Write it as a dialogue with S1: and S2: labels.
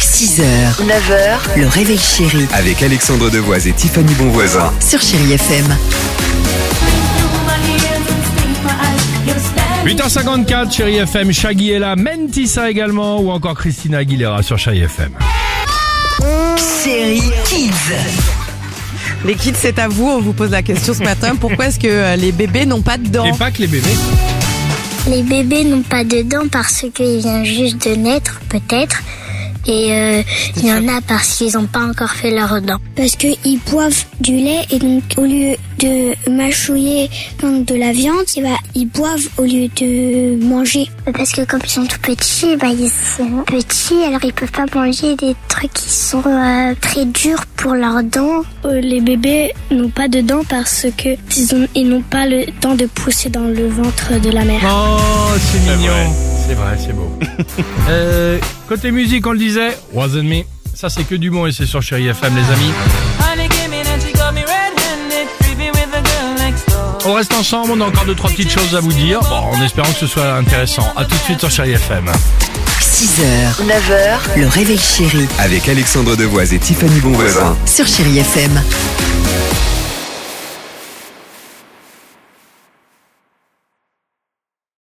S1: 6h, 9h, le réveil chéri
S2: Avec Alexandre Devoise et Tiffany Bonvoisin.
S1: sur Chéri FM.
S3: 8h54, chérie FM, Shaggy est là, Mentissa également, ou encore Christina Aguilera sur chérie FM.
S1: Série Kids.
S4: Les kids, c'est à vous. On vous pose la question ce matin. Pourquoi est-ce que euh, les bébés n'ont pas de dents
S3: Et pas que les bébés.
S5: Les bébés n'ont pas de dents parce qu'ils viennent juste de naître, peut-être. Et euh, il y en a parce qu'ils n'ont pas encore fait leurs dents. Parce qu'ils boivent du lait et donc au lieu de mâchouiller donc de la viande, eh ben, ils boivent au lieu de manger. Parce que comme ils sont tout petits, bah, ils sont petits, alors ils peuvent pas manger des trucs qui sont euh, très durs pour leurs dents. Euh, les bébés n'ont pas de dents parce que ils n'ont pas le temps de pousser dans le ventre de la mère.
S3: Oh, c'est mignon. C'est vrai, c'est beau. euh, côté musique, on le disait, Wasn't Me. Ça, c'est que du bon et c'est sur chérie FM, les amis.
S6: Honey came in and she got me red-handed, creeping with the girl next door.
S3: On reste ensemble, on a encore deux, trois petites choses à vous dire. Bon, en espérant que ce soit intéressant. À tout de suite sur chérie FM.
S1: 6h, 9h, le réveil chéri
S2: Avec Alexandre Devoise et Tiffany Bonvoisin.
S1: sur Chéri FM.